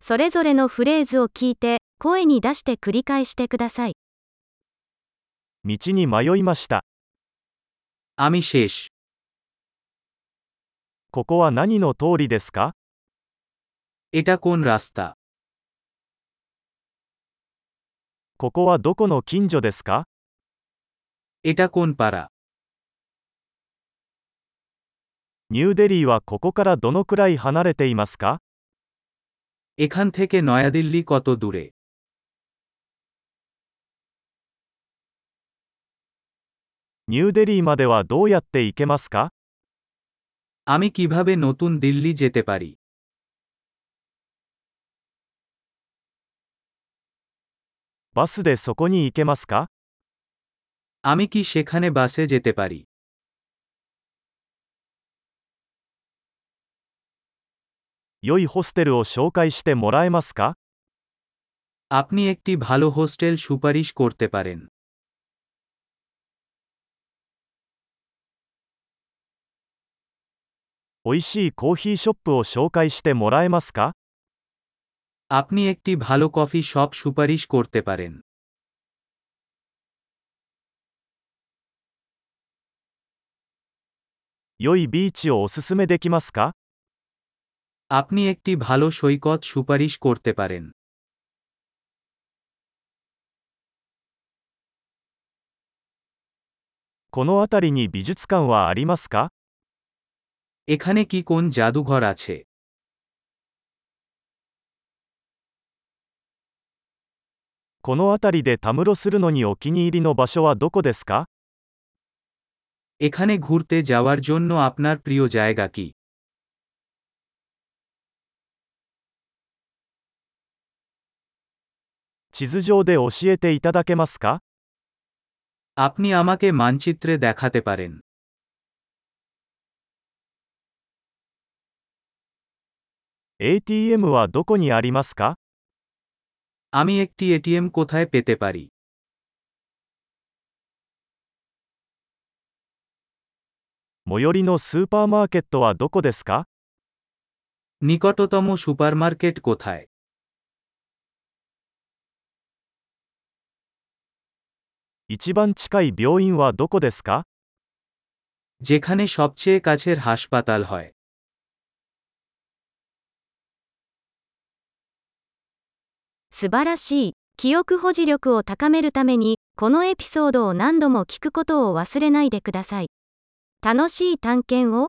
それぞれのフレーズを聞いて、声に出して繰り返してください。道に迷いました。 আমি শেষ ここは何の通りですか এটা কোন রাস্তা ここはどこの近所ですか এটা কোন পাড়া ニューデリーはここからどのくらい離れていますか এখান থেকে নয়াদিল্লি কত দূরে ニューデリーまではどうやって行けますか আমি কিভাবে নতুন দিল্লি যেতে পারি バスでそこに行けますか আমি কি সেখানে বাসে যেতে পারি 良いホステルを紹介してもらえますか আপনি একটি ভালো হোস্টেল সুপারিশ করতে পারেন 美味しいコーヒーショップを紹介してもらえますか আপনি একটি ভালো কফি শপ সুপারিশ করতে পারেন 「良いビーチをおすすめできますか আপনি একটি ভালো সৈকত সুপারিশ করতে পারেন この辺りに美術館はありますか এখানে কি কোন জাদুঘর আছে この辺りでたむろするのにお気に入りの場所はどこですか এখানে ঘুরতে যাওয়ার জন্য আপনার প্রিয় জায়গা কি 地図上で教えていただけますか আপনি আমাকে মানচিত্রে দেখাতে পারেন ？ATM はどこにありますか আমি একটি এটিএম কোথায় পেতে পারি 最寄りのスーパーマーケットはどこですか নিকটতম সুপারমার্কেট কোথায় 一番近い病院はどこですか যেখানে সবচেয়ে কাছের হাসপাতাল হয় 素晴らしい。記憶保持力を高めるために、このエピソードを何度も聞くことを忘れないでください。楽しい探検を